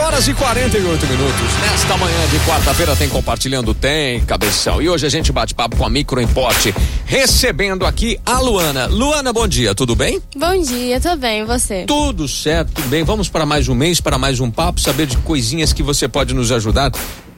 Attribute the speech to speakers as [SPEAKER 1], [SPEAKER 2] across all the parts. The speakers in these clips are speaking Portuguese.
[SPEAKER 1] horas e 48 minutos. Nesta manhã de quarta-feira tem compartilhando, tem cabeção. E hoje a gente bate papo com a Micro Importe, recebendo aqui a Luana. Luana, bom dia, tudo bem?
[SPEAKER 2] Bom dia, tô bem, e você?
[SPEAKER 1] Tudo certo, tudo bem. Vamos para mais um mês, para mais um papo, saber de coisinhas que você pode nos ajudar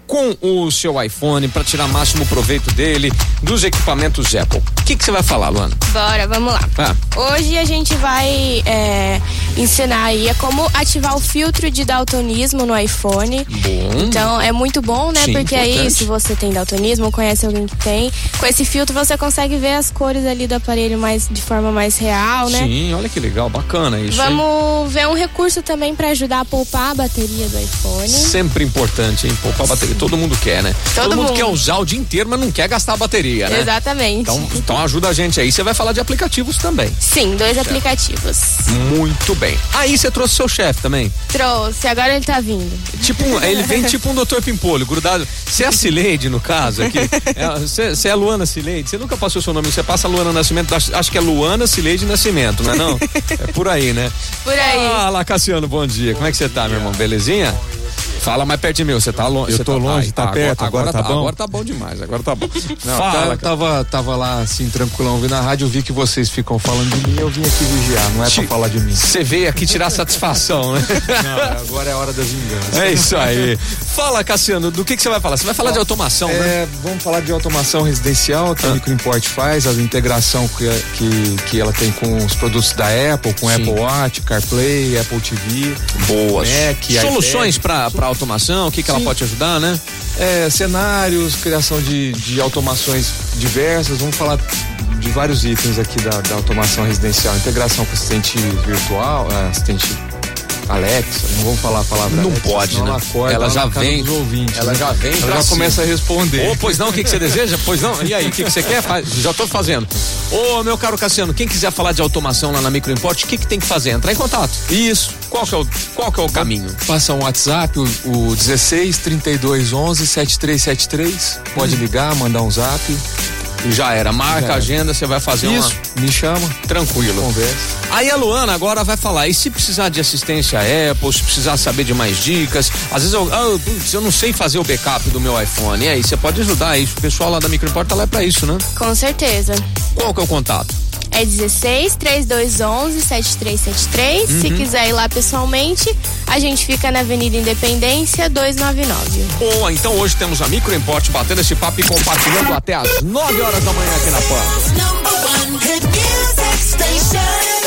[SPEAKER 1] com o seu iPhone para tirar máximo proveito dele, dos equipamentos Apple. O que que você vai falar, Luana?
[SPEAKER 2] Bora, vamos lá.
[SPEAKER 1] Ah.
[SPEAKER 2] Hoje a gente vai é, ensinar aí a como ativar o filtro de daltonismo no iPhone.
[SPEAKER 1] Bom.
[SPEAKER 2] Então é muito bom, né?
[SPEAKER 1] Sim,
[SPEAKER 2] Porque aí,
[SPEAKER 1] importante.
[SPEAKER 2] se você tem daltonismo, conhece alguém que tem, com esse filtro você consegue ver as cores ali do aparelho mais de forma mais real, né?
[SPEAKER 1] Sim, olha que legal, bacana isso. hein?
[SPEAKER 2] Vamos ver um recurso também para ajudar a poupar a bateria do iPhone.
[SPEAKER 1] Sempre importante, hein? Poupar a bateria. Todo mundo quer, né?
[SPEAKER 2] Hum. Todo
[SPEAKER 1] mundo
[SPEAKER 2] mundo.
[SPEAKER 1] quer usar o dia inteiro, mas não quer gastar a bateria, né?
[SPEAKER 2] Exatamente.
[SPEAKER 1] Então, então ajuda a gente aí. Você vai falar de aplicativos também.
[SPEAKER 2] Sim, dois aplicativos.
[SPEAKER 1] Muito bem. Aí você trouxe seu chefe também.
[SPEAKER 2] Trouxe, agora ele tá vindo.
[SPEAKER 1] Tipo, um- ele vem tipo um doutor Pimpolho, grudado. Você é a Cileide, no caso, aqui. É, Você você é, a Luana Cileide? Você nunca passou seu nome. Você passa Luana Nascimento. Acho acho que é Luana Cileide Nascimento, não é não? É por aí, né?
[SPEAKER 2] Por aí.
[SPEAKER 1] Fala, Cassiano, bom dia. Como é que você tá, meu irmão? Belezinha? Fala mais perto de mim, você tá longe.
[SPEAKER 3] Eu
[SPEAKER 1] você
[SPEAKER 3] tô longe, tá
[SPEAKER 1] agora-
[SPEAKER 3] perto, agora tá bom?
[SPEAKER 1] Agora tá bom demais, agora tá bom.
[SPEAKER 3] Não,
[SPEAKER 1] Fala,
[SPEAKER 3] tá- tava, tava lá assim, tranquilão, ouvindo a rádio, vi que vocês ficam falando de mim, eu vim aqui vigiar, não é pra falar de mim.
[SPEAKER 1] Você veio aqui tirar satisfação, né?
[SPEAKER 3] Não, agora é hora da vingança.
[SPEAKER 1] É isso aí. Fala, Cassiano, do que, que você vai falar? Você vai falar de automação, né?
[SPEAKER 3] É, vamos falar de automação residencial que a Microimport faz, a integração que, que, que ela tem com os produtos da Apple, com
[SPEAKER 1] Sim.
[SPEAKER 3] Apple Watch, CarPlay, Apple TV.
[SPEAKER 1] Boas.
[SPEAKER 3] Mac,
[SPEAKER 1] Soluções
[SPEAKER 3] iPad.
[SPEAKER 1] pra, pra automação, o que, que ela
[SPEAKER 3] Sim.
[SPEAKER 1] pode ajudar, né?
[SPEAKER 3] É, cenários, criação de, de automações diversas, vamos falar de vários itens aqui da, da automação residencial, integração com assistente virtual, ah, assistente Alexa, não vamos falar a palavra
[SPEAKER 1] Não
[SPEAKER 3] Alexa,
[SPEAKER 1] pode,
[SPEAKER 3] senão
[SPEAKER 1] né?
[SPEAKER 3] Ela, acorda
[SPEAKER 1] Ela
[SPEAKER 3] lá
[SPEAKER 1] já
[SPEAKER 3] na casa
[SPEAKER 1] vem-
[SPEAKER 3] dos ouvintes,
[SPEAKER 1] ela
[SPEAKER 3] né?
[SPEAKER 1] já vem pra
[SPEAKER 3] Ela já
[SPEAKER 1] cima.
[SPEAKER 3] começa a responder.
[SPEAKER 1] Ô, pois não, o que, que você deseja? Pois não, e aí, o que, que você quer? Faz- Já tô fazendo. Ô, meu caro Cassiano, quem quiser falar de automação lá na Microimport, o que, que tem que fazer? Entrar em contato.
[SPEAKER 3] Isso.
[SPEAKER 1] Qual que é o, qual que é o caminho?
[SPEAKER 3] Passa um WhatsApp, o, o 16 32 11 7373. Pode
[SPEAKER 1] Hum.
[SPEAKER 3] ligar, mandar um zap.
[SPEAKER 1] Já era, marca
[SPEAKER 3] Já era.
[SPEAKER 1] a agenda, você vai fazer
[SPEAKER 3] Isso. Me chama,
[SPEAKER 1] uma tranquilo.
[SPEAKER 3] conversa.
[SPEAKER 1] Aí a Luana agora vai falar, e se precisar de assistência Apple, se precisar saber de mais dicas, às vezes eu, ah, putz, eu não sei fazer o backup do meu iPhone, e aí você pode ajudar aí, o pessoal lá da Microimport tá lá pra isso, né?
[SPEAKER 2] Com certeza.
[SPEAKER 1] Qual que é o contato?
[SPEAKER 2] É 16 3211 7373. Se quiser ir lá pessoalmente, a gente fica na Avenida Independência 299.
[SPEAKER 1] Boa, então hoje temos a Microimport batendo esse papo e compartilhando até às 9 horas da manhã aqui na PAN.
[SPEAKER 4] Number one hit music station.